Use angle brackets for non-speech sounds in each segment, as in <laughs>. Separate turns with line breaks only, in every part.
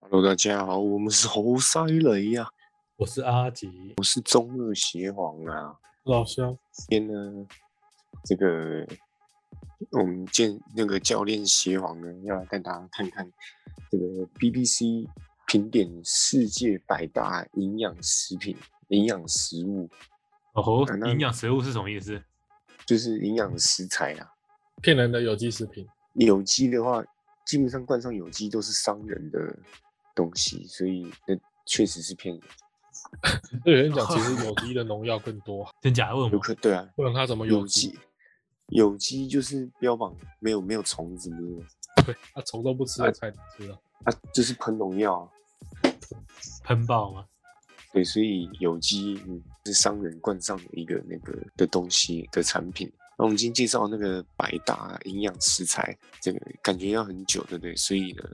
Hello，大家好，我们是猴塞雷呀、
我是阿吉
我，是中日协皇啊。
老乡，
今天呢，这个我们见那个教练协皇呢，要来带大家看看这个 BBC 评点世界百大营养食品、营养食物，
哦
啊，那
营养食物是什么意思？
就是营养食材啊。
骗人的有机
<laughs>
食品，
有机的话，基本上冠上有机都是商人的东西，所以那确实是骗人。
这有人讲其实有机的农药更多， <laughs>
真假的？问
有
我
可对啊，
不然它怎么
有
机？
机，有机就是标榜没有没有虫子，没有
它虫都不吃的菜你吃啊？
啊，就是喷农药啊。
喷爆吗？
对，所以有机嗯是商人冠上的一个那个的东西的产品。那我们今天介绍那个百大营养食材，这个感觉要很久，对不对？所以呢，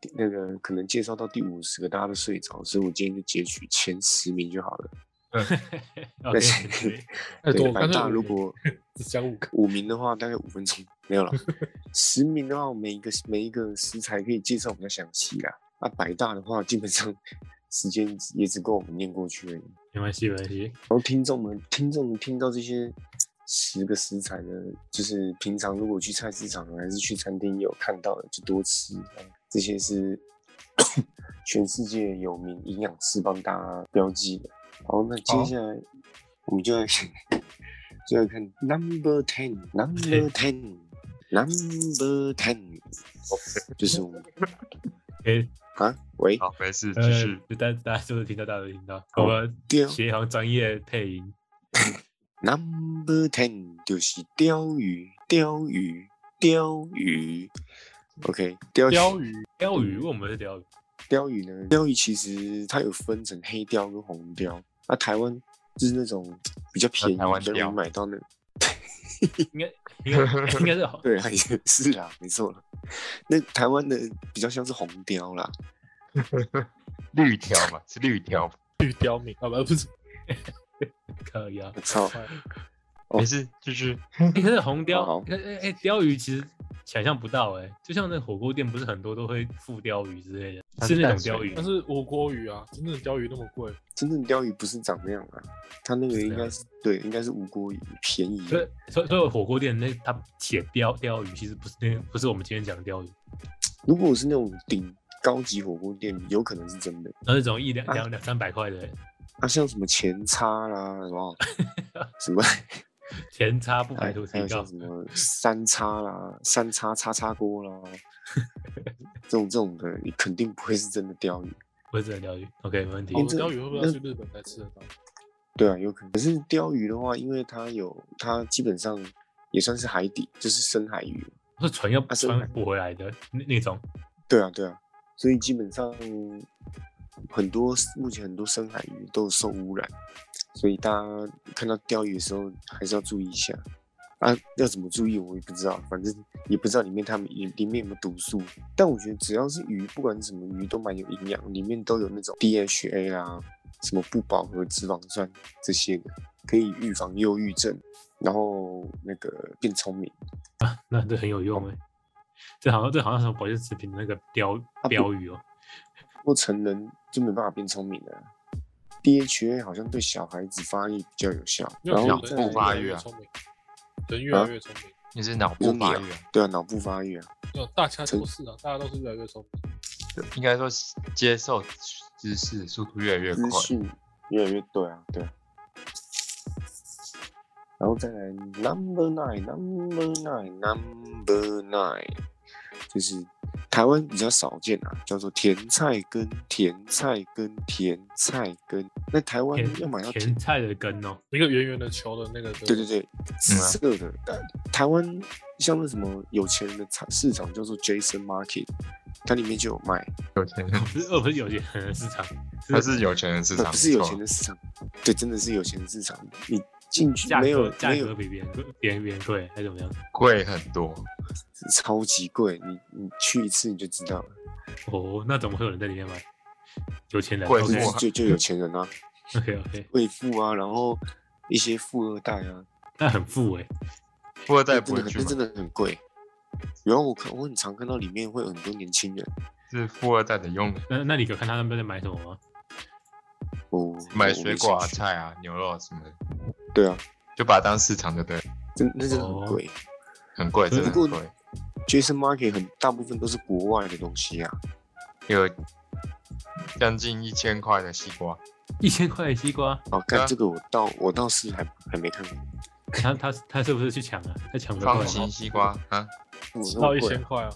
第那个可能介绍到第五十个大家都睡着，所以我今天就截取前十名就好了。
哦
那
对
是
对对
太多
对，
了，
百
干脆
大
哎我
如
们
果
只讲五个，
五名的话大概五分钟没有了，十名的话每一个每一个食材可以介绍比较详细啦。啊，百大的话基本上时间也只够我们念过去而已。
没关系，没关
<laughs>
系。
然后听众们，听众们听到这些十个食材呢，就是平常如果去菜市场还是去餐厅有看到的，就多吃。这些是 <coughs> 全世界有名营养师帮大家标记的。好，那接下来我们就来看， <laughs> 就来看 number ten number ten number ten，就是我们
诶，
啊，喂，
好，没事，继
呃
续。，
大大家都能听到，大家都能听到。
哦
我们
对啊
协行专业配音，
Number ten 就是鲷鱼，鲷鱼，鲷鱼。OK，鲷
鲷
鱼，
鱼
钓
嗯
鱼，问我们是钓鱼，
鲷鱼呢？鲷鱼其实它有分成黑鲷跟红鲷。那、台湾就是那种比较便宜，
台湾
比较
鲷
容易买到那。
应该应该哎应该
<laughs>
是好。
对啊，也是啦，没错啦。那台湾的比较像是红鲷啦，
<laughs> 绿条嘛，是绿条。
绿刁民啊，不不是
可以啊。
我操，哦
没事，继续。
诶可是红
好
鲷，哎哎哎，鲷鱼其实想象不到哎，就像那火锅店不是很多都会附鲷鱼之类的，
它
是
是
那种
淡水
鲷鱼
但。是我国鱼啊，真正的鲷鱼那么贵，
真正的鲷鱼不是长那样啊，它那个应该是对，应该是无锅鱼，便宜。
所以所以所以火锅店那它写鲷鲷鱼，其实不是那不是我们今天讲的鲷鱼，
如果是那种顶高级火锅店，有可能是真的。
那是种一两
啊
两两三百块的
啊，像什么前叉啦，什
<laughs>
么什么，哎
前差不排除
还有
提
像
高
什。么三叉啦、三叉叉叉锅啦，
<laughs>
这种这种的，你肯定不会是真的鲷鱼。
我只能钓鱼，OK，没问题
我。们
嗯这嗯
鲷鱼会不会
那
要去日本才吃啊得到？
对啊，有可能。可是鲷鱼的话，因为它有它基本上也算是海底，就是深海鱼。
是船要
啊是
船补回来的那那种，
对啊，对啊，所以基本上很多目前很多深海鱼都有受污染，所以大家看到鲷鱼的时候还是要注意一下啊。要怎么注意我也不知道，反正也不知道里面它们里里面有没有毒素。但我觉得只要是鱼，不管是什么鱼都蛮有营养，里面都有那种 DHA 啦，啊什么不饱和脂肪酸这些的，可以预防忧郁症，然后那个变聪明。
那这很有
哦
用哎、这好像这好像是保健食品的那个标
啊不
标语哦、
或成人就没办法变聪明了。DHA 好像对小孩子发育比较有效，
因为
然后
人
在
脑部发
越
育
来越
啊
聪明，人
啊
越来越聪明，
你是脑
就是
部发
脑
育啊？
对啊，脑部发育啊，
对啊大家都是啊，大家都是越来越聪明。
应该说接受知识的速度越来越快
资。讯越来越对啊，对啊。然后再来 number nine number nine number nine，就是台湾比较少见啊，叫做甜菜根甜菜根甜菜根。那台湾
甜
要买到
甜菜的根哦、
一个圆圆的球的那个，
对对，对，紫
嗯啊
色的。但台湾像那什么有钱人的场市场叫做 Jason Market，它里面就有卖，
有钱人，
不是二不是有些很市场，
他是有钱人市
呃
场，
不是有
没错
钱。的市场，对，真的是有钱的市场。你进去
价
没有
格价
没
格
有
比别人贵别人别人贵还是怎么样？
贵很多，
超级贵，你你去一次你就知道了，
哦，那怎么会有人在里面买？有钱人
贵
就
对
是
妇
，OK
啊
就就有钱人啊，
OK OK，
贵妇啊，然后一些富二代啊，
那很富哎、
富二代
那
不
真的
会
很
去
那
买
真。的很贵。然后我看我很常看到里面会有很多年轻人，
是富二代的用的，
那那你有看他那边在买什么吗？
我
买水果啊、。
我没兴趣
菜啊、牛肉什么的，
对啊，
就把它当市场，对不对？
真那真的很
哦
贵。
很贵，真的
不
很
过
贵。
Jason Market 很大部分都是国外的东西啊，
有将近一千块的西瓜，
一千块的西瓜，
哦，
对
干
啊
这个我倒我倒是还还没看过，
他他他是不是去抢啊？他抢了
方
块
形西瓜啊，
我
吃
那
到
么
一
贵
千块啊，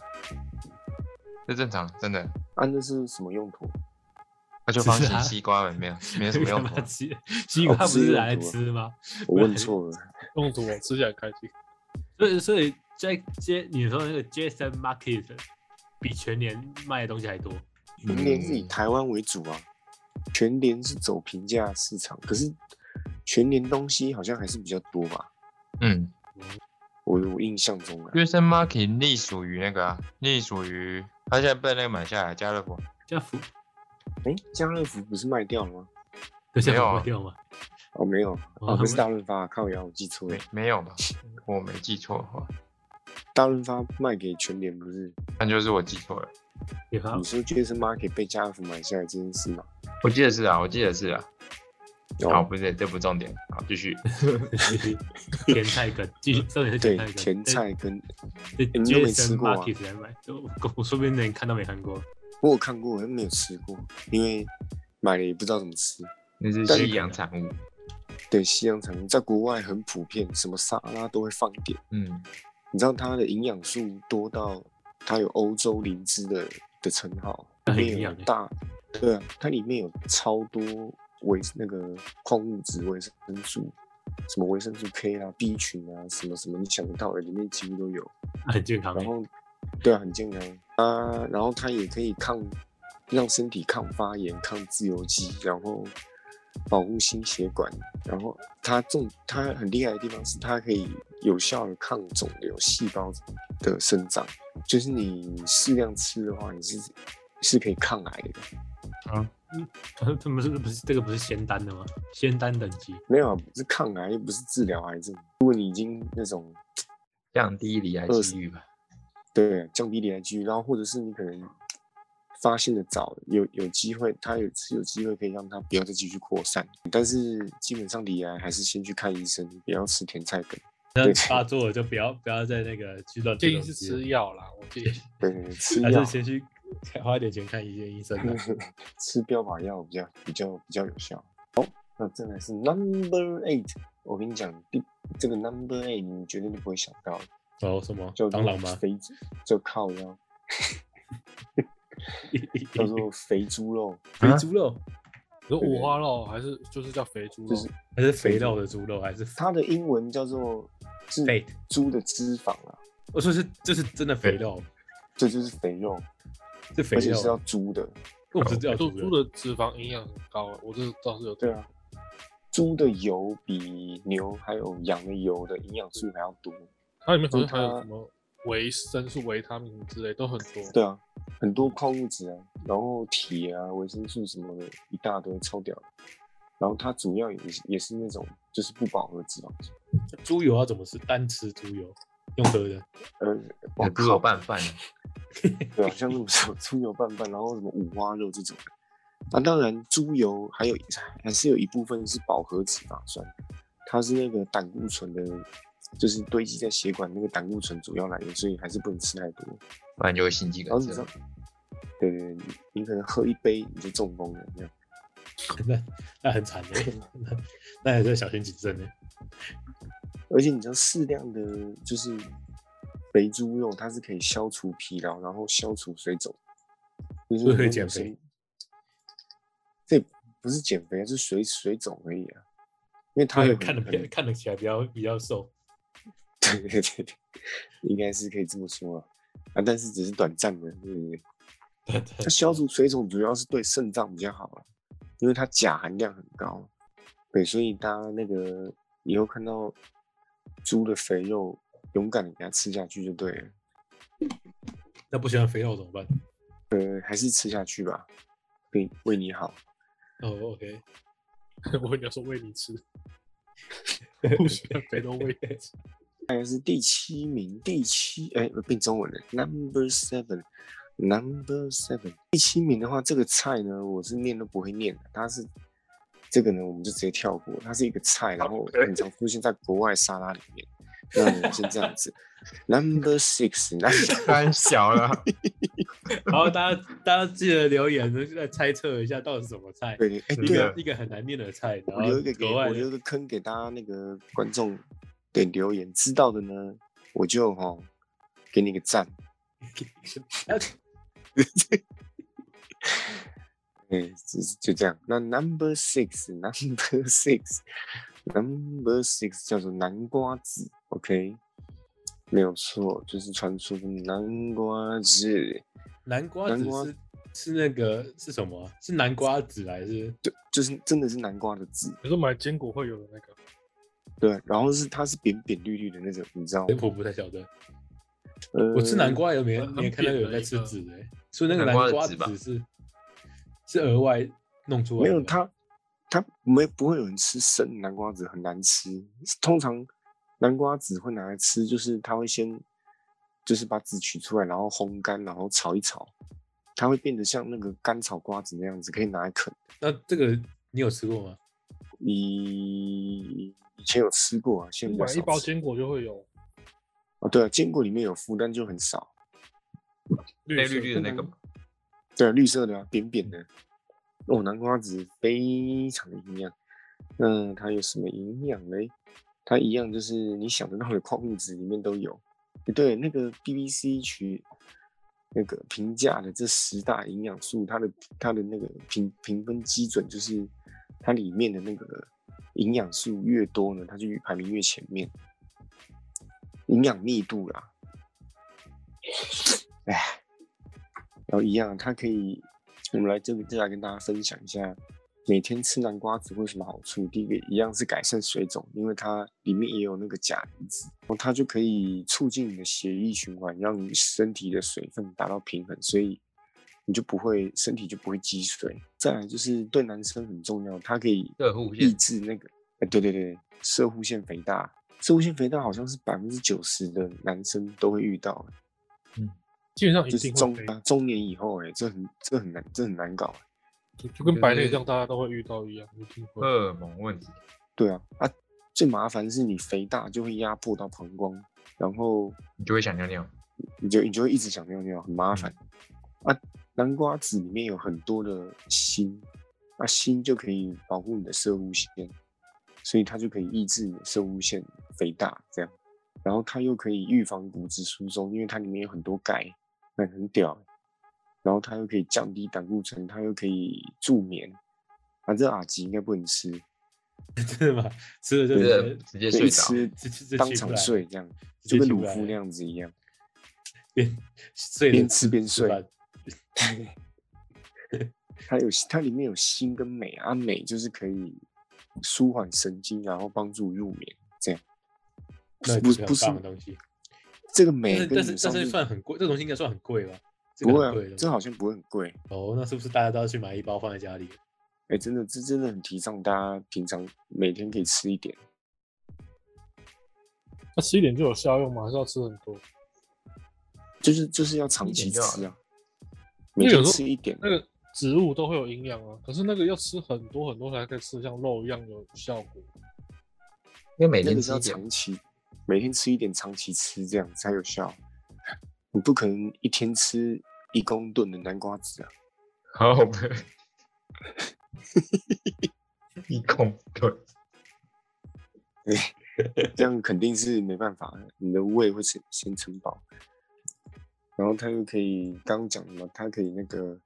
这正常，真的。
啊，那是什么用途？
那就
只
方
是
形
它
西瓜了，没有
<laughs>
没有什么哦用
干嘛
途。
吃？
<laughs>
西瓜不是来吃吗？
我问错了，
用途我吃起来开心。
所以所以在接你说那个 Jason Market 比全年卖的东西还多，
全联是以
嗯
台湾为主啊，全联是走平价市场，可是全联东西好像还是比较多吧，
嗯
我我印象中啊，
，Jason Market 隶属于那个啊，隶属于他现在被那个买下来，家乐福
这样福
哎，家乐福不是卖掉了吗？
这下
没有啊
不会掉吗？
哦，没有，
哦
哦，不是
他
大润发，靠呀，我记错了
没，没有吧？我没记错的话，
大润发卖给全联不是？
但就是我记错了。
也好
你，说 Jason Market 被家乐福买下来这件事吗？
我记得是啊，我记得是啊。好，
哦，
不是，这不重点。好，继续。
<laughs>
甜菜梗，继续重点是
对
甜
甜菜
菜，梗，
跟
对
你都没吃
Jason
过啊
Market 来买，我我说不定连看都没看过。
我有看过，但没有吃过，因为买了也不知道怎么吃。
那是
但
西洋产物。
对，西洋产物在国外很普遍，什么沙拉都会放一点。
嗯，
你知道它的营养素多到它有欧洲灵芝的的称号，
那很
里
营
面
养
有
欸
大，对啊，它里面有超多维那个矿物质、维生素，什么维生素 K 啊、B 群啊，什么什么你想得到的，里面几乎都有。
那很健康欸
然，后，对啊，很健康啊。然后它也可以抗，让身体抗发炎、抗自由基，然后保护心血管。然后它重，它很厉害的地方是它可以有效的抗肿瘤细胞的生长，就是你适量吃的话，你是是可以抗癌的。
他他们是 <laughs> 不是这个不是仙丹的吗？仙丹等级，
没有啊，不是抗癌，又不是治疗癌症。如果你已经那种
降低离癌
二
几率吧。
对，降低离癌几率，然后或者是你可能发现的早，有有机会，它有是有机会可以让它不要再继续扩散，但是基本上离癌还是先去看医生，不要吃甜菜根。
那
对
发作了就不要不要再那个去乱
建
吃
议
东
是
西了
吃，药啦，
<laughs>
我建议。
对对，对吃
还
药
是先去看花点钱看一些医生啊的。
<laughs> 吃标靶药比较比较比较有效。好，那再来是 number eight，我跟你讲，第这个 number eight 你绝对都不会想到，
哦，什么
叫
蟑螂
做
吗？
肥就靠腰，
<laughs>
叫做肥猪肉，
肥猪肉
有五花肉还是就是叫肥猪肉？
就是
还是肥肉的猪肉还是
它的英文叫做是
肥？
猪的脂肪啊。
我哦说是这是真的肥肉，
这就是肥肉，
是肥
而且是要
肉，啊
猪的。
我是叫
哦猪
猪
猪的脂肪营养很高，我这倒是有
对啊，猪的油比牛还有羊的油的营养素还要多。
它里面好像还
嗯它
有什么维生素、维他命之类都很多。
对啊，很多矿物质啊，然后铁啊、维生素什么的，一大堆抽掉。然后它主要也是也是那种就是不饱和脂肪酸。
猪油要怎么吃？单吃猪油用喝的，
呃，
我
哇
猪肉拌饭，啊
对啊，像那种什么猪油拌饭，然后什么五花肉这种。啊，当然，猪油还有还是有一部分是饱和脂肪酸，它是那个胆固醇的，就是堆积在血管那个胆固醇主要来源，所以还是不能吃太多。
不然就会心肌
然
梗
后你
塞
知道。，对对对，你你可能喝一杯你就中风了，这样
那那很惨的，
<laughs>
那那也是小心谨慎的。
而且你知道适量的，就是肥猪肉，它是可以消除疲劳，然后消除水肿，就是
所以可以
如果
减
身
肥。
这不是减肥啊，是水水肿而已啊。因为它
对
有，很
看得
很
比看得起来比较比
<laughs>
较瘦，
对对对，对应该是可以这么说啊。啊，但是只是短暂的，对对对。
对对
它消除水肿主要是对肾脏比较好了，因为它钾含量很高。对，所以大家那个以后看到猪的肥肉，勇敢的给它吃下去就对了。
那不喜欢肥肉怎么办？
呃，还是吃下去吧，对，为你好。
哦，OK，
<laughs>
<laughs> 我跟你说喂你吃，不喜欢肥肉喂
<laughs>
你吃。
大概是第七名，第七哎，变中文了，Number Seven。 Number seven，第七名的话，这个菜呢，我是念都不会念的，它是这个呢，我们就直接跳过。它是一个菜，然后很常出现在国外沙拉里面。那我们先这样子，Number six，那
太
<laughs>
小了，
然后大家大家记得留言，就来猜测一下到底是什么菜，
对，哎、
一
一
对啊
个，一个很难念的菜，然
我
后
留一个给
国
我
外的
留一个坑给大家那个观众给留言，知道的呢，我就哈、哦、给你个
<laughs>
赞。嗯，就就这样。那 number six，number <laughs> six，number six 叫做南瓜子，OK，没有错，就是传说中的南瓜子，
南瓜子
南瓜
是是那个是什么啊？是南瓜子还是
对，就是真的是南瓜的籽，
你说买坚果会有的那个，
对。然后是它是扁扁绿绿的那种，你知道吗
我？不太晓得。
呃，
我吃南瓜有没有
很
没有看到有人在吃
扁的
籽哎，所以那个
南瓜的
南瓜
籽吧
籽是是额外弄出来
没
的吗，
有它，它没不会有人吃生的南瓜子，很难吃。通常南瓜子会拿来吃，就是它会先就是把籽取出来，然后烘干，然后炒一炒，它会变得像那个干炒瓜子那样子，可以拿来啃。
那这个你有吃过吗？ <laughs>
以以前有吃过啊，现在
你
比较
买一
少
包
吃
坚果就会有
哦，对啊，坚果里面有负担就很少。
那
绿色
绿绿的那个
嗯
嘛，
对啊，绿色的啊，扁扁的。哦，南瓜子非常的营养。那它有什么营养嘞？它一样就是你想得到的矿物质里面都有。诶对，那个 BBC 取那个评价的这十大营养素，它的它的那个评评分基准就是它里面的那个营养素越多呢，它就越排名越前面。营养密度啦，哎然后一样，它可以，我们来这个再来跟大家分享一下，每天吃南瓜子会有什么好处？第一个一样是改善水肿，因为它里面也有那个钾离子，然后它就可以促进你的血液循环，让你身体的水分达到平衡，所以你就不会身体就不会积水。再来就是对男生很重要，它可以
热护
抑
线
制那个，哎，对对对，射护腺肥大，射护腺肥大好像是百分之九十的男生都会遇到的。
基本上一
就是
定会
中
飞，
中年以后、欸，哎，这很这很难，这很难搞、
就就跟白内
就是
障大家都会遇到一样，一定
荷
会。
尔蒙问题，
对啊，啊，最麻烦是你肥大就会压迫到膀胱，然后
你就会想尿尿。
你就你就会一直想尿尿，很麻烦。啊，南瓜籽里面有很多的锌，啊，锌就可以保护你的射物腺，所以它就可以抑制你的射物腺肥大这样。然后它又可以预防骨质疏松，因为它里面有很多钙，那很屌欸。然后它又可以降低胆固醇，它又可以助眠。啊，这阿吉应该不能吃，
真的吗？吃了就
直
直接
接直接
就一
睡着，
吃
直接直接
当
起不
场
来
睡这样，
直接
啊就跟
起
鲁
不来
夫那样子一样。
边睡
边
着
吃边
是吧
睡它有它里面有锌跟镁啊，镁就是可以舒缓神经，然后帮助入眠这样。不
那
是
不
不
是
是
很
不是
棒的东西。
这个
但
镁
是
跟
但
你
是
上
但是
次
算很贵，这东西应该算很贵吧？这个
不会
很
啊
贵的，
这
东
好
西
像不会很贵。
哦，那是不是大家都要去买一包放在家里？
哎、真的这真的很提倡大家平常每天可以吃一点。
那吃一点就有效用吗？还是要吃很多？
就是就是要长
一点
期
就好
吃
了
啊，每
因为有
天
时候
吃一点。
那个植物都会有营养啊，可是那个要吃很多很多才可以吃得像肉一样有效果。
因为每
那
天
个是
吃
要
一点，
长期，每天吃一点，长期吃这样才有效。你不可能一天吃一公吨的南瓜子啊！
好好呗。一公吨，
这样肯定是没办法的，你的胃会先先承饱，然后它又可以刚刚讲什么？它可以那个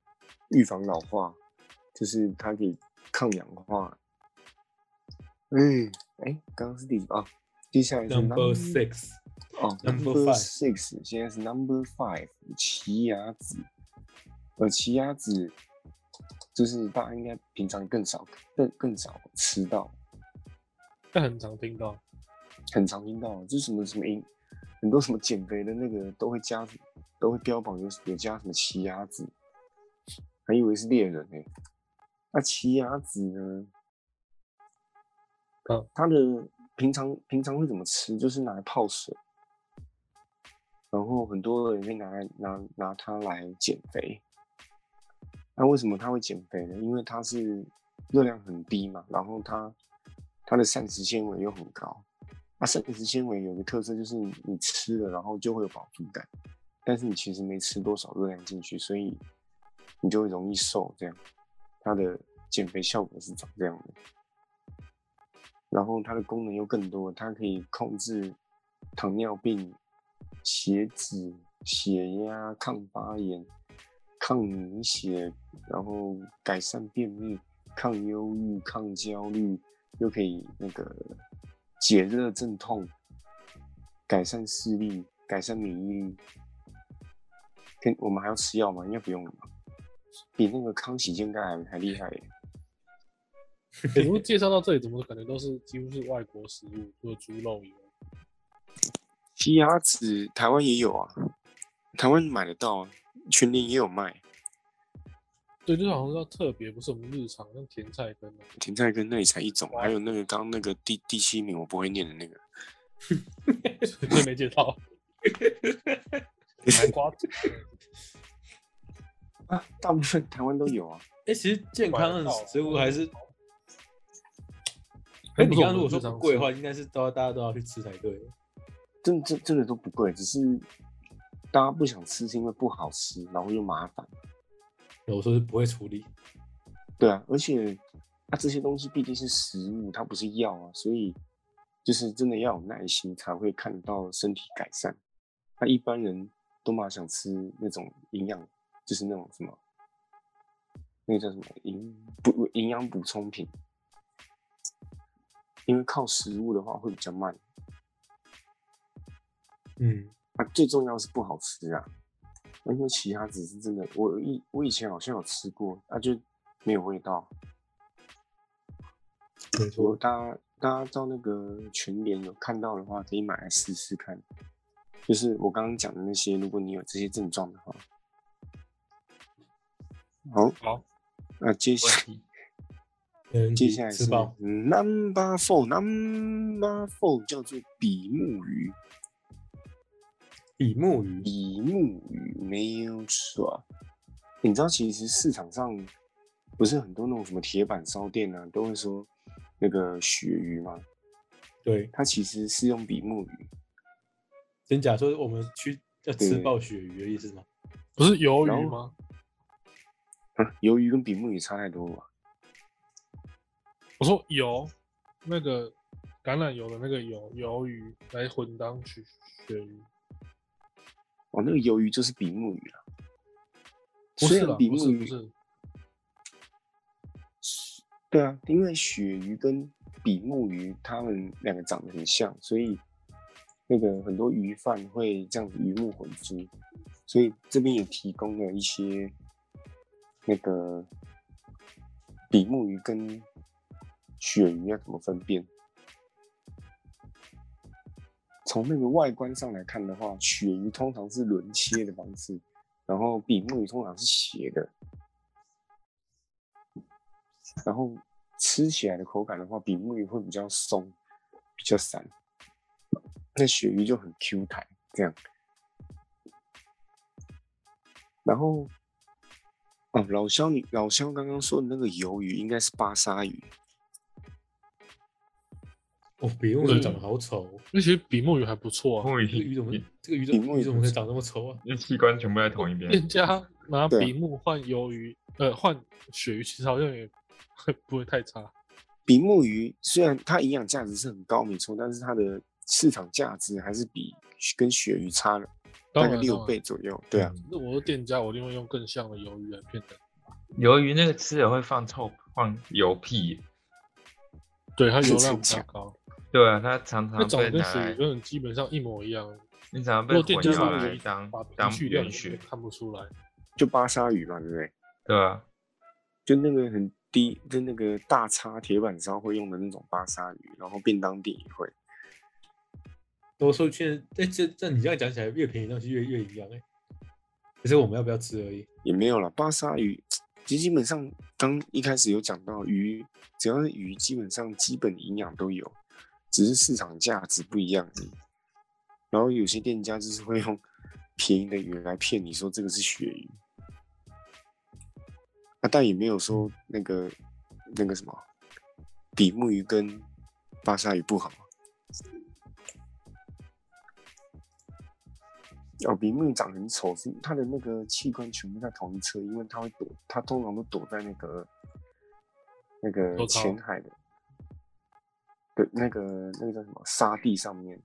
预防老化，就是它可以抗氧化。嗯，哎，刚刚是第几啊？接下来是
Number six，
哦
Number five
six，现在是 number five，奇亚籽。呃，奇亚籽就是大家应该平常更少、更更少吃到，
但很常听
<laughs>
到，
很常听到，就是什么什么营，很多什么减肥的那个都会加，都会标榜有有加什么奇亚籽，还以为是猎人呢、那奇亚籽呢？
嗯，
它的平常平常会怎么吃？就是拿来泡水，然后很多人会拿拿拿它来减肥。那为什么它会减肥呢？因为它是热量很低嘛，然后它它的膳食纤维又很高。那膳食纤维有个特色就是你你吃了，然后就会有饱足感，但是你其实没吃多少热量进去，所以你就会容易瘦。这样，它的减肥效果是长这样的。然后它的功能又更多，它可以控制糖尿病、血脂、血压、抗发炎、抗凝血，然后改善便秘、抗忧郁、抗焦虑，又可以那个解热镇痛，改善视力、改善免疫力。跟我们还要吃药吗？应该不用了吧？比那个康喜健钙还还厉害耶！
你们介绍到这里，怎么感觉都是几乎是外国食物，除了猪肉以外，
鸡鸭子台湾也有啊，台湾买得到啊，全年也有卖。
对，就是好像要特别，不是我们日常像甜菜根啊，
甜菜根那里才一种，还有那个刚刚那个第第七名我不会念的那个
这没介
<laughs>
绍。南
哎
瓜，哎
啊，大部分台湾都有啊。
哎，其实健康的食物还是，哎，
哎
你刚刚如果说不贵的话，，应该是都要大家都要去吃才对。
真真真的都不贵，只是大家不想吃是因为不好吃，然后又麻烦。
我说是不会处理，
对啊，而且它、这些东西毕竟是食物，它不是药啊，所以就是真的要有耐心才会看到身体改善。那一般人都嘛想吃那种营养，就是那种什么，那个叫什么营补营养补充品，因为靠食物的话会比较慢。
嗯，
啊，最重要是不好吃啊。那因为奇亚籽是真的，我以我以前好像有吃过，啊就没有味道。
没
如果。大家大家到那个群联有看到的话，可以买来试试看。就是我刚刚讲的那些，如果你有这些症状的话，好，
好，
那接下
嗯，
接下来是
吃饱。
Number Four Number Four 叫做比目鱼，
比目鱼，
比目鱼没有错。你知道，其实市场上不是很多那种什么铁板烧店啊，都会说那个鳕鱼嘛，
对，
它其实是用比目鱼，
真假说我们去要吃
对
爆鳕鱼的意思吗？
不是鱿
然
鱼
后
吗？
啊， <laughs> 鱿鱼跟比目鱼差太多了吧？
我说油，那个橄榄油的那个油，鱿鱼来混当取鳕鱼，
哦，那个鱿鱼就是比目鱼了。啊
不
虽
是
然
啦，
比
不
目
是
鱼
不是，
对啊，因为鳕鱼跟比目鱼它们两个长得很像，所以那个很多鱼贩会这样子鱼目混珠，所以这边也提供了一些那个比目鱼跟鳕鱼要怎么分辨。从那个外观上来看的话，鳕鱼通常是轮切的方式，然后比目鱼通常是斜的。然后吃起来的口感的话，比目鱼会比较松，比较散。那鳕鱼就很 Q 弹这样。然后，哦，老肖你老肖刚刚说的那个鱿鱼应该是巴沙鱼，
哦，比目鱼长得好丑哦，
那其实比目鱼还不错啊。
木
这个鱼怎么
鱼，
这个鱼
比目
怎
鱼
鱼怎么可以长那么丑啊？
那器官全部在同
嗯
一边，
店家拿
对啊
比目换鱿鱼，呃，换鳕鱼，其实好像也 <laughs> 不会太差。
比目鱼虽然它营养价值是很高，没错，但是它的市场价值还是比跟鳕鱼差了
当
大概
然，
六
当然嗯
倍左右。对啊，
那我是店家，我一定会用更像的鱿鱼来骗人。
鱿鱼那个吃了会放臭放油屁，
<laughs>
对，它油量
真
比较
假
高，
对啊，它常
那
常
长得
被
跟
拿
鳕
来
鱼，根本基本上一模一样。
你常常
如
被
果店
混
家
淆
把
来
鱼
当
把皮
当
去掉，
原
你根
血
本，看不出来。
就巴沙鱼嘛，对不对？
对啊，
就那个很低，就那个大叉铁板烧会用的那种巴沙鱼，然后便当店也会。
都说现在，哎，这这你这样讲起来，越便宜的东西越越营养哎。可是我们要不要吃而已。
也没有了。巴沙鱼，其实基本上刚一开始有讲到鱼，只要是鱼，基本上基本营养都有，只是市场价值不一样而已。然后有些店家就是会用 <laughs> 便宜的鱼来骗你说这个是鳕鱼，啊，但也没有说那个那个什么比目鱼跟巴沙鱼不好啊。哦，比目鱼长得很丑，是它的那个器官全部在同一侧，因为它会躲，它通常都躲在那个那个
头槽
浅海的，对，那个那个叫什么沙地上面，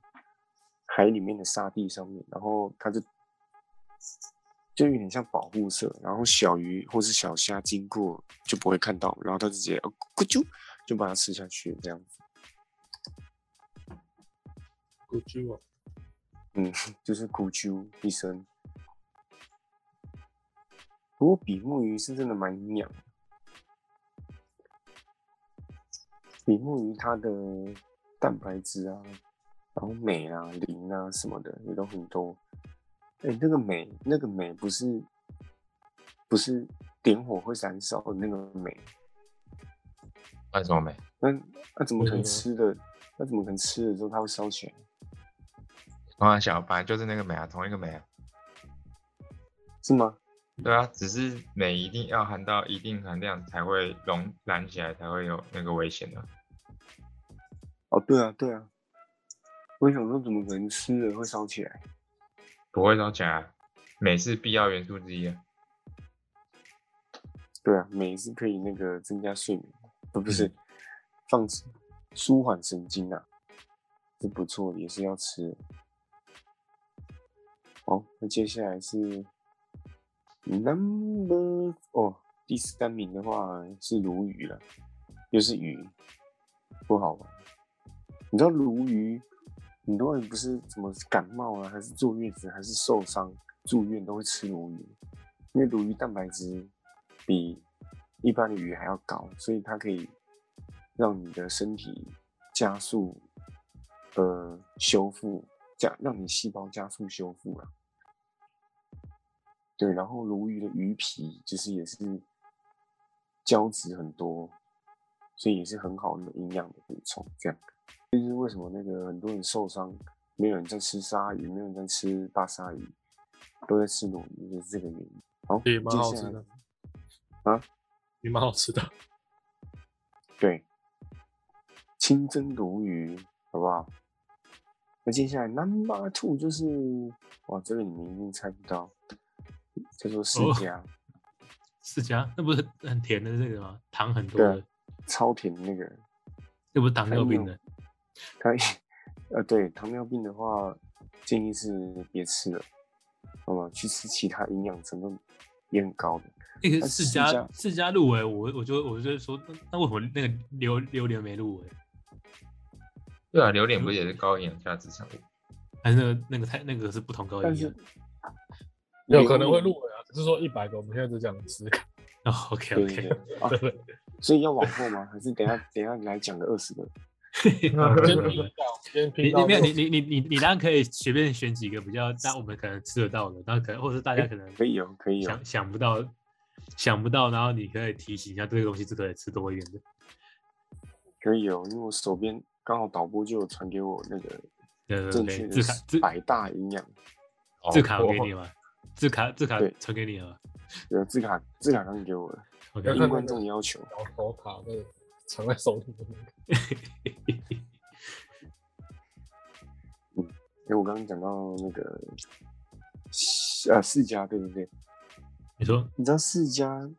海里面的沙地上面，然后它就就有点像保护色，然后小鱼或是小虾经过就不会看到，然后它直接呃咕啾就把它吃下去，这样子，
古居哦，
就是咕啾一声。不过比目鱼是真的蛮营养的，比目鱼它的蛋白质啊，然后镁啊、磷啊什么的也都很多。哎、那个镁，那个镁不是不是点火会燃烧的那个镁，
那什么没？
那那怎么可能
对对
吃的？那怎么可能吃了之后它会烧起来？
啊，小白就是那个镁啊，同一个镁啊。
是吗？
对啊，只是镁一定要含到一定含量才会溶燃起来，才会有那个危险的、
哦，对啊，对啊。我想说，怎么可能吃了会烧起来？
不会烧起来啊。镁是必要元素之一啊。
对啊，镁是可以那个增加睡眠，不不是放舒缓神经啊，是不错，也是要吃的。好，那接下来是 number 哦，第三名的话是鲈鱼了，又是鱼，不好玩。你知道鲈鱼，很多人不是怎么感冒啊，还是坐月子，还是受伤住院都会吃鲈鱼，因为鲈鱼蛋白质比一般的鱼还要高，所以它可以让你的身体加速呃修复，加让你细胞加速修复啊。对，然后鲈鱼的鱼皮就是也是胶质很多，所以也是很好的营养的补充。这样，这就是为什么那个很多人受伤，没有人在吃鲨鱼，没有人在吃大鲨鱼，都在吃鲈鱼，就是这个原因。好，
也蛮好
接
吃
下来
的
啊，
也蛮好吃的。
对，清蒸鲈鱼，好不好？那接下来 number two 就是，哇，这个你们一定猜不到，叫做释
哦
迦，
释迦那不是很很甜的那个吗？糖很多
对啊
的，
超甜那个，
那不是糖尿病
还
的。
他呃，对，糖尿病的话，建议是别吃了，好吗？去吃其他营养成分也很高的，
<laughs> 那个
但
释
释
迦
迦
释迦入围，我我就我就说，那那为什么那个榴榴莲没入围？
对啊，榴莲不是也是高营养价值产物？
还是那个那个太那个是不同高
但
营
是
养？啊
有可能会入围啊，只是说一百个，我们现在只讲十
<laughs>
个，
哦，OK
对对
OK，
对啊，
<laughs>
所以要往后吗？还是等一下等一下来讲个二十个？
先拼
你你
一下，先拼到
没有你
六
你你你你当然可以随便选几个比较，那我们可能吃得到的，那可能或者是大家可能
可以哦，可以哦
想，想不到想不到，然后你可以提醒一下这个东西是可以吃多一点的。
可以哦，因为我手边刚好导播就有传给我那个
对对
正确
对，
的
字卡字
百大营养，
<laughs> 字卡我给你
<laughs> 哦。
吗？字卡字卡
对
传给你了吗
呃，字卡字卡刚给我了，
？OK，
要
应
看
观众要求。
小头卡那个藏在手里的那个，
因为我刚刚讲到那个呃世家，对不对？
你说
你知道世家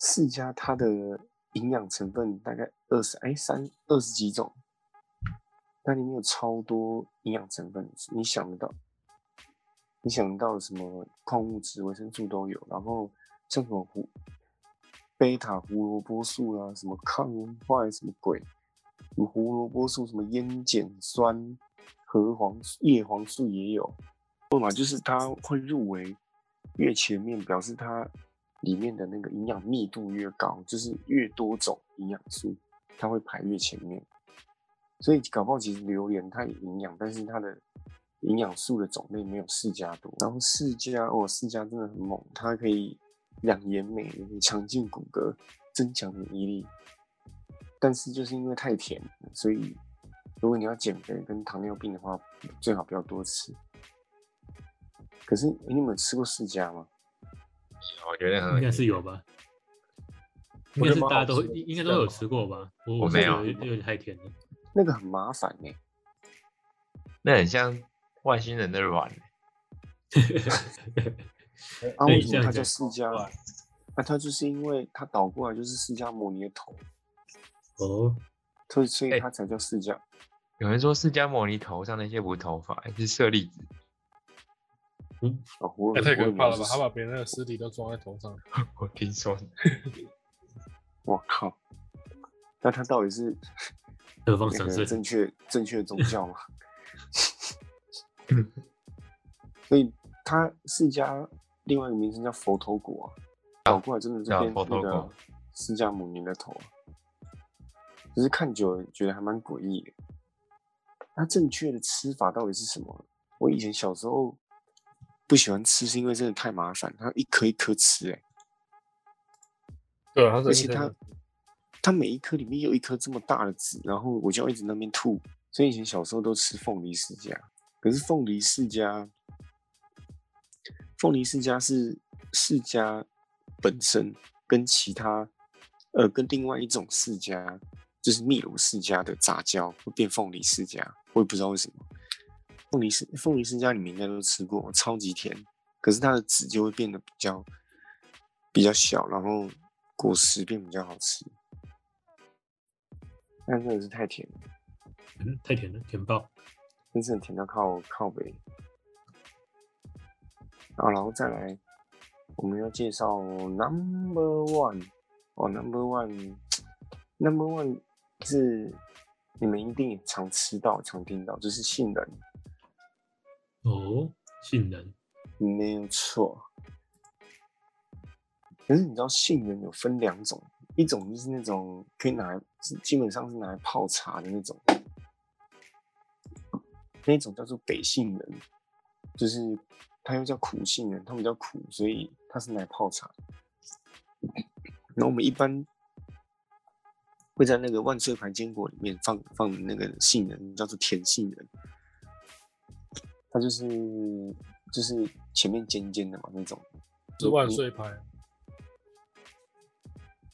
世家它的营养成分大概二十哎三二十几种，那里面有超多营养成分，你想得到，你想得到什么矿物质、维生素都有，然后像什么胡贝塔胡萝卜素啦、什么抗氧化什么鬼，什么胡萝卜素、什么烟碱酸、核黄素叶黄素也有，或嘛就是它会入围越前面，表示它里面的那个营养密度越高，就是越多种营养素，它会排越前面。所以搞不好其实榴莲它也营养，但是它的营养素的种类没有释迦多。然后释迦哦，释迦真的很猛，它可以养颜美容、强健骨骼、增强免疫力。但是就是因为太甜了，所以如果你要减肥跟糖尿病的话，最好不要多吃。可是你们有吃过释迦吗？
我觉得很
应
恶
该是
心。
有吧？应该
呃我
是
觉得蛮
大家
好
都
吃的
应应该都有吃过吧？我
我
是
没
觉
有
得有点太甜了。
那个很麻烦呢、
那很像外星人的卵欸，
啊，
对
为什
这
么
样
它叫
讲
释迦？那、它就是因为它倒过来就是释迦牟尼的头，
哦，
所以所以
哎
它才叫释迦。
有人说释迦牟尼头上那些不是头发，是舍利子。
哦，我有
那哎太可怕了吧！他
我有
把别人的尸体都装在头上，
我听说的，
我靠！那它到底是
何方
那
神
个
圣？ <laughs>
正确正确宗教嘛。 <laughs> 所以它释迦另外一个名称叫佛头果、啊，倒过来真的是
啊
变
佛
那
头果
个释迦牟尼的头、啊。只是看久了觉得还蛮诡异的。它正确的吃法到底是什么？我以前小时候不喜欢吃，是因为真的太麻烦，它一颗一颗吃、欸，
对啊，他
而且它它每一颗里面有一颗这么大的籽，然后我就要一直那边吐。所以以前小时候都吃凤梨世家，可是凤梨世家，凤梨世家是世家本身跟其他呃跟另外一种世家，就是秘鲁世家的杂交会变凤梨世家，我也不知道为什么。凤梨世凤梨世家你们应该都吃过，超级甜，可是它的籽就会变得比较比较小，然后果实变比较好吃。但真的是太甜了，
嗯太甜了，甜爆！
真是甜到靠靠北。啊，然后再来，我们要介绍 Number One 哦，Number One，Number One 是你们一定也常吃到、常听到，就是杏仁，
哦，杏仁
没有错。可是你知道杏仁有分两种，一种就是那种可以拿来，是基本上是拿来泡茶的那种，那种叫做北杏仁，就是它又叫苦杏仁，它比较苦，所以它是拿来泡茶。然后我们一般会在那个万岁牌坚果里面放放那个杏仁，叫做甜杏仁。它就是就是前面尖尖的嘛那种。
是万岁牌，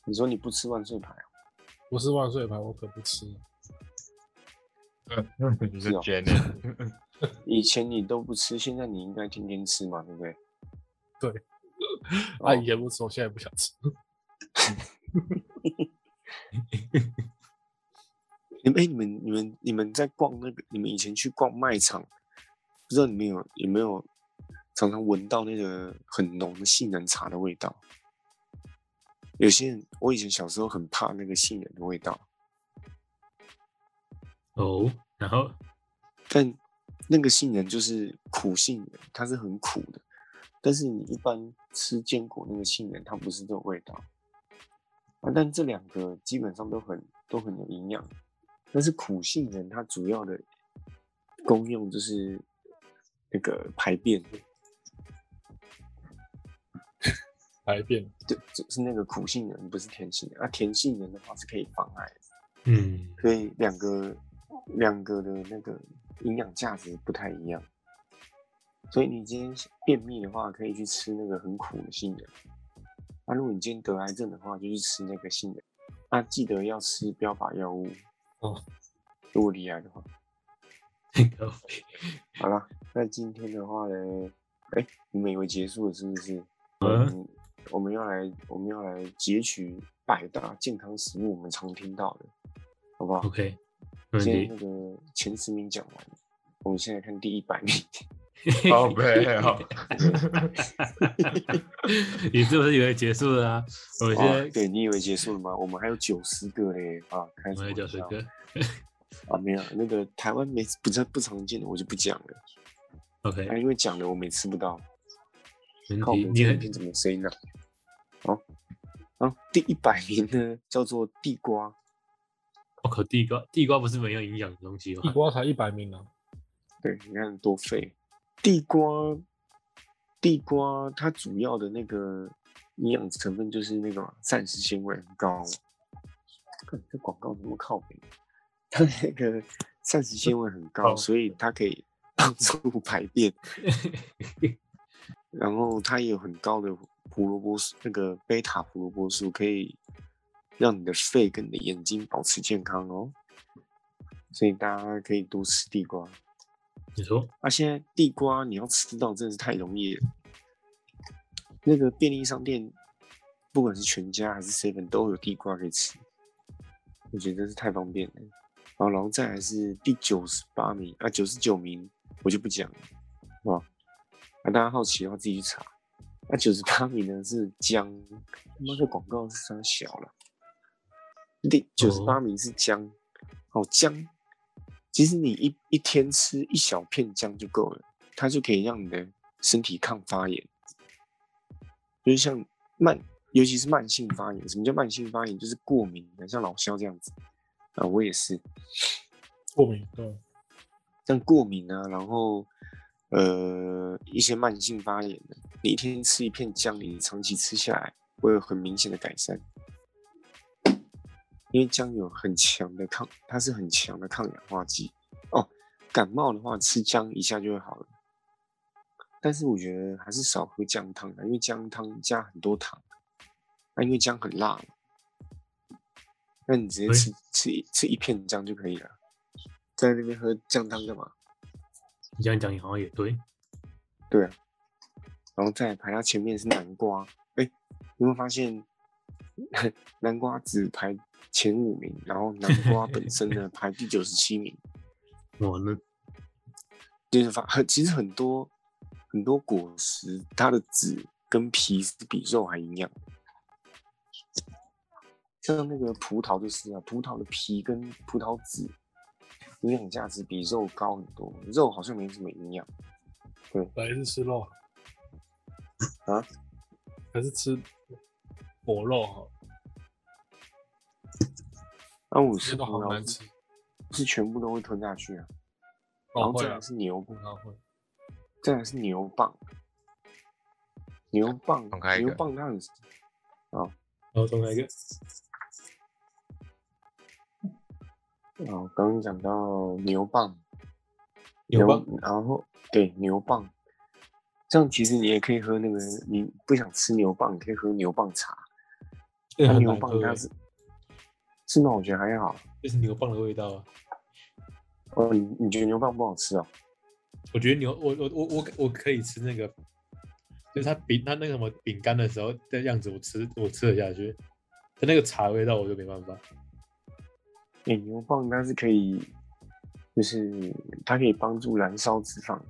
你说你不吃万岁牌啊、
不是万岁牌，我可不吃。
你是
是哦
觉得
以前你都不吃，现在你应该天天吃嘛，对不对？哦
阿姨啊也不吃，我现在也不想吃。 <laughs>
你们、哎，你们你们你们在逛那个，你们以前去逛卖场，不知道你们有有没有常常闻到那个很浓的杏仁茶的味道？有些人，我以前小时候很怕那个杏仁的味道，
哦，然后
但那个杏仁就是苦杏仁，它是很苦的。但是你一般吃坚果那个杏仁，它不是这种味道啊。但这两个基本上都很都很有营养，但是苦杏仁它主要的功用就是那个排便，
来一遍，
对，就是那个苦杏仁，不是甜杏仁。啊，甜杏仁的话是可以防癌的，
嗯， <laughs>
所以两个两个的那个营养价值不太一样。所以你今天便秘的话，可以去吃那个很苦的杏仁。那、如果你今天得癌症的话，就去吃那个杏仁。那、记得要吃标靶药物
哦。
如果离癌的话，
咖啡
好了，那今天的话呢，哎、你们以为结束了是不是？
嗯，
我们要来，我们要来截取百大健康食物，我们常听到的，好不好？
，OK，没问
现在
题
那。个前十名讲完，我们现在看第一百名。
好悲 <laughs> 哦。
<laughs> 你是不是以为结束了啊？ <laughs> 我现
哇
在
哦对你以为结束了吗？我们还有九十个嘞啊！开
我
始
们来讲这个
啊，没有那个台湾没不是不常见的，我就不讲了。
，OK，
啊，因为讲了我每次不到，
没
靠
问
我
题。
们
你
这
很
边怎么声音呢？好，好，第一百名呢叫做地瓜，
我哦靠，地瓜地瓜不是没有营养的东西吗
地？瓜才一百名啊，
对，你看多废。地瓜，地瓜它主要的那个营养成分就是那个嘛膳食纤维很高。看这广告怎么靠北？它那个膳食纤维很高，<laughs>
哦
所以它可以帮助排便。然后它也有很高的胡萝卜素，那个贝塔胡萝卜素可以让你的肺跟你的眼睛保持健康哦。所以大家可以多吃地瓜。
你说
啊，现在地瓜你要吃到真的是太容易了。那个便利商店，不管是全家还是 seven 都有地瓜可以吃，我觉得真是太方便了。然后，然后再来是第九十八名啊，九十九名我就不讲了，好不好？啊，大家好奇的话自己去查。那九十八名呢是姜，妈的广告是啥小了？第九十八名是姜，哦姜，其实你一一天吃一小片姜就够了，它就可以让你的身体抗发炎。就是像慢，尤其是慢性发炎。什么叫慢性发炎？就是过敏的，像老肖这样子啊、我也是。
过敏，嗯对，
像过敏啊，然后呃一些慢性发炎的，你一天吃一片姜，你长期吃下来会有很明显的改善，因为姜有很强的抗，它是很强的抗氧化剂哦。感冒的话，吃姜一下就会好了，但是我觉得还是少喝姜汤啊，因为姜汤加很多糖，那、因为姜很辣嘛，那你直接
喂
吃吃一吃一片姜就可以了，在那边喝姜汤干嘛？
你这样讲好像也对，
对啊，然后再来排到前面是南瓜。哎、你会发现南瓜只排前五名，然后南瓜
<laughs>
本身呢排第九十七名。
我那
就是发很其实很多很多果实，它的籽跟皮是比肉还营养的。像那个葡萄就是啊，葡萄的皮跟葡萄籽营养价值比肉高很多，肉好像没什么营养。
本来是吃肉
啊，
还是吃果肉哈，
那、我
这
是
些
葡
都好
萄
难
是
吃，
是全部都会吞下去啊。然
哦
后
会
再
啊
来，是牛，
葡萄会，
再来是牛蒡，牛蒡
重开，一
牛
个
蒡它很，
然后重来一个，
哦，刚刚讲到牛蒡，
牛蒡，
然后对牛蒡，这样其实你也可以喝那个，你不想吃牛蒡，你可以喝牛蒡茶。
这个 <laughs>
它
很
牛
难
蒡
喝
它
欸，
是，是吗？我觉得还好。
就是牛蒡的味道啊。
哦，你你觉得牛蒡不好吃哦？
我觉得牛，我我我我我可以吃那个，就是它饼，它那个什么饼干的时候的样子，我吃我吃得下去，它那个茶味道我就没办法。
哎，牛蒡它是可以，就是它可以帮助燃烧脂肪，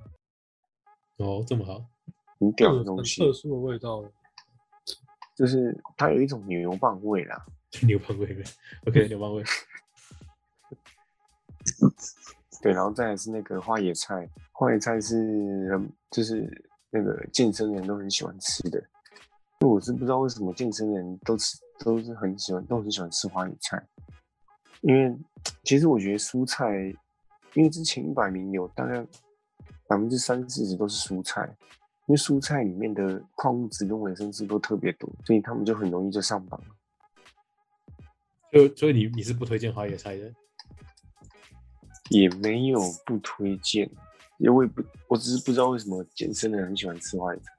哦，这么好，
很
这
屌
有
的东
很
西
特，殊的味道，
就是它有一种牛蒡味啦。
牛蒡味 <laughs> 的，OK，牛蒡味，
对，然后再来是那个花野菜，花野菜是很就是那个健身人都很喜欢吃的。因为我是不知道为什么健身人都吃都是很喜欢都很喜欢吃花野菜，因为其实我觉得蔬菜，因为之前一百名有大概百分之三四十都是蔬菜，因为蔬菜里面的矿物质跟维生素都特别多，所以他们就很容易就上榜。
就所以你你是不推荐花野菜的，
也没有不推荐，因为我也不，我只是不知道为什么健身的人很喜欢吃花椰菜，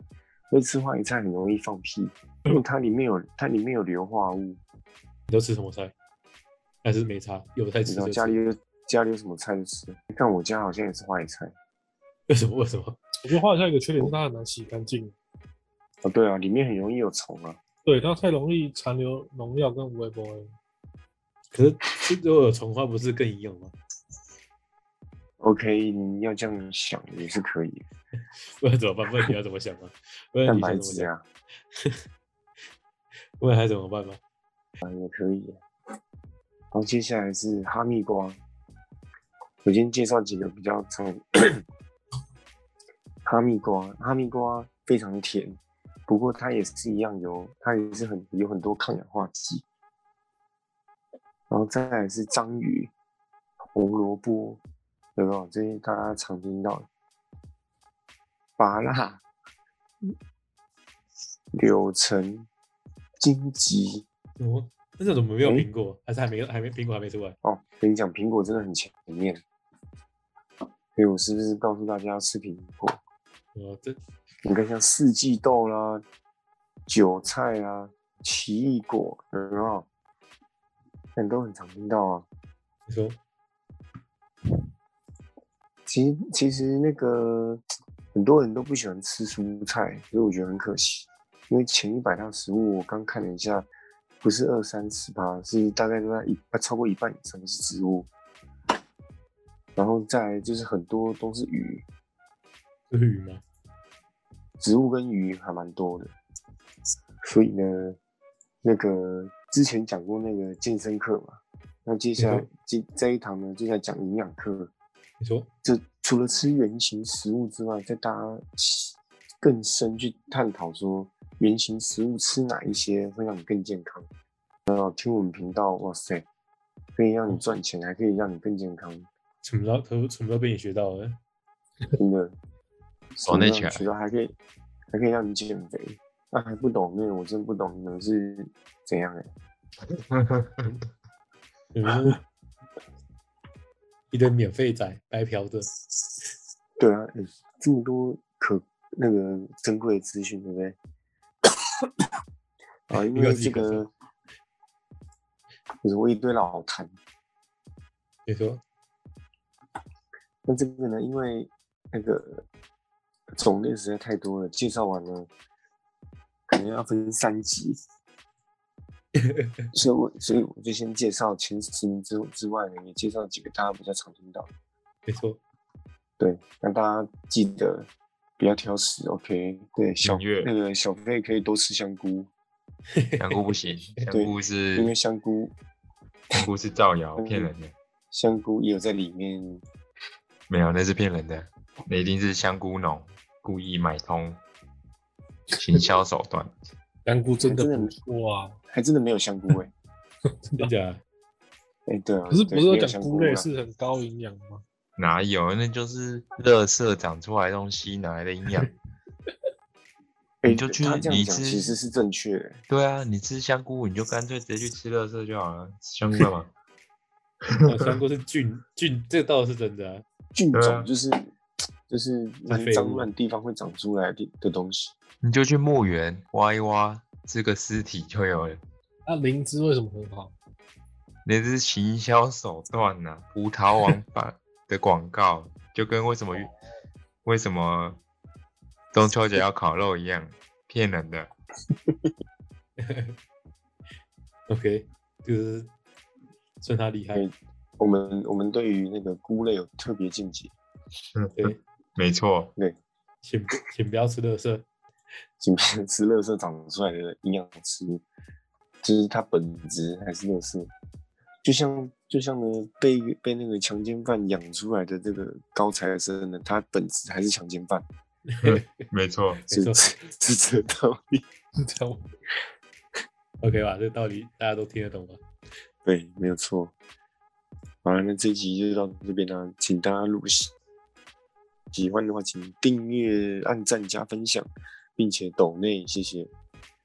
因为吃花椰菜很容易放屁，因为它里面有它里面有硫化物，
你都吃什么菜？还是没差，有菜吃
你知道
就
家里
吃。
有家里有什么菜就吃。但我家好像也是花椰菜
为什么？为什么？
我觉得花椰菜有一个缺点是它很难洗干净，
哦，对啊，里面很容易有虫啊。
对，它太容易残留农药跟微波，
可是这如果有虫花不是更营养吗？ <laughs>
OK，你要这样想也是可以，
不然怎么办？不然你要怎么想啊？不然
蛋
你
白
想怎么
质
想？
啊
不然还怎么办吗？
也可以。然后接下来是哈密瓜，我先介绍几个比较常 <coughs> 哈密瓜，哈密瓜非常甜，不过它也是一样有，它也是很有很多抗氧化剂。然后再来是章鱼、红萝卜，有没有？这些大家常听到的。芭辣、柳橙、荆棘
怎么？那这怎么没有
诶
苹果？还是还没还没苹果还没出来？
哦，跟你讲，苹果真的很前面，所以我是不是告诉大家要吃苹果？
嗯哦，这
你看像四季豆啦、韭菜啦、奇异果，有没有？但都很常听到啊。
你说
其实其实那个很多人都不喜欢吃蔬菜，所以我觉得很可惜。因为前一百大食物，我刚看了一下，不是二三十趴，是大概都在一啊超过一半以上是植物。然后再来就是很多都是鱼，
这是鱼吗？
植物跟鱼还蛮多的。所以呢，那个之前讲过那个健身课嘛，那接下来
嗯
这这一堂呢，接下来讲营养课。
你说
这除了吃原型食物之外，再大家更深去探讨说原型食物吃哪一些会让你更健康。呃，听我们频道，哇塞，可以让你赚钱，还可以让你更健康，
什么都都什么都被你学到了，
真的。
哦那
什么让你
起来
学到还可以，还可以让你减肥。那、还不懂那个，我真不懂你们是怎样哎、
你们 <laughs> 真的一堆免费仔白嫖的，
对啊，欸这么多可那个珍贵的资讯，对不对？ <coughs> 啊，
<laughs>
因
你有
为
自己
这
咳嗽
个，就是我一堆老痰。
你说
那这个呢，因为那个种类实在太多了，介绍完了，可能要分三
<laughs>
集。所以我所以我就先介绍前十名之之外呢，也介绍几个大家比较常听到的。
没错，
对，那大家记得不要挑食，OK？对，小
音乐
那个小费可以多吃香菇，
香菇不行，香
对
菇是
因为香菇
香菇是造谣，骗人的，
香菇也有在里面。
没有，那是骗人的，那一定是香菇农故意买通，行销手段。
香菇真的
真的
不错啊，
还真的没有香菇哎、
<laughs>
欸，
哎真的假的？
哎、对啊，
可是
对
不是
没
有
有
讲
香
菇
啊
类是很高营养吗？
哪有？那就是垃圾长出来的东西，哪来的营养？
哎
你就去
他这样
你
讲
吃
其实是正确的、
对啊，你吃香菇，你就干脆直接去吃垃圾就好了，吃香菇干嘛？ <laughs>
哦香菇是菌菌，这个倒是真的啊、
菌
对啊
种就是、就是
那
很
废
脏
物
乱地方会长出来的的东西。
你就去墓园挖一挖，吃个尸体就有了。
那灵芝为什么很好？ <laughs>
那是行销手段呐、葡萄王版的广告，就跟为什么为什么中秋节要烤肉一样，骗人的。
OK，就是算他厉害，
嗯我们我们对于那个菇类有特别见解，
对，
没错，
请不请不要吃垃圾，
仅仅吃垃圾长出来的营养食物，就是它本质还是垃圾。就像就像呢，被被那个强奸犯养出来的这个高材生呢，他本质还是强奸犯，
没错，
是
错
是是这个道理。
这样 OK 吧？这个道理大家都听得懂吧？
对，没有错。好了，那这一集就到这边啦，请大家如果喜喜欢的话，请订阅、按赞、加分享，并且抖内，谢谢。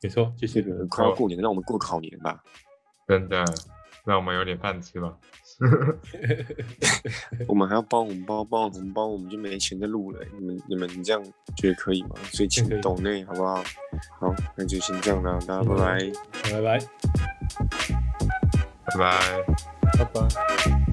没错，谢谢
这个快要过年了，让我们过个好年
<laughs>
吧。
真的，让我们有点饭吃吧。
我们还要包红包，包完红包我们就没钱再录了欸。你们你们这样觉得可以吗？所以请
嗯可以
抖内好不好？好，那就先这样啦，大家拜
嗯
拜。
拜拜。
拜
拜
拜。
拜。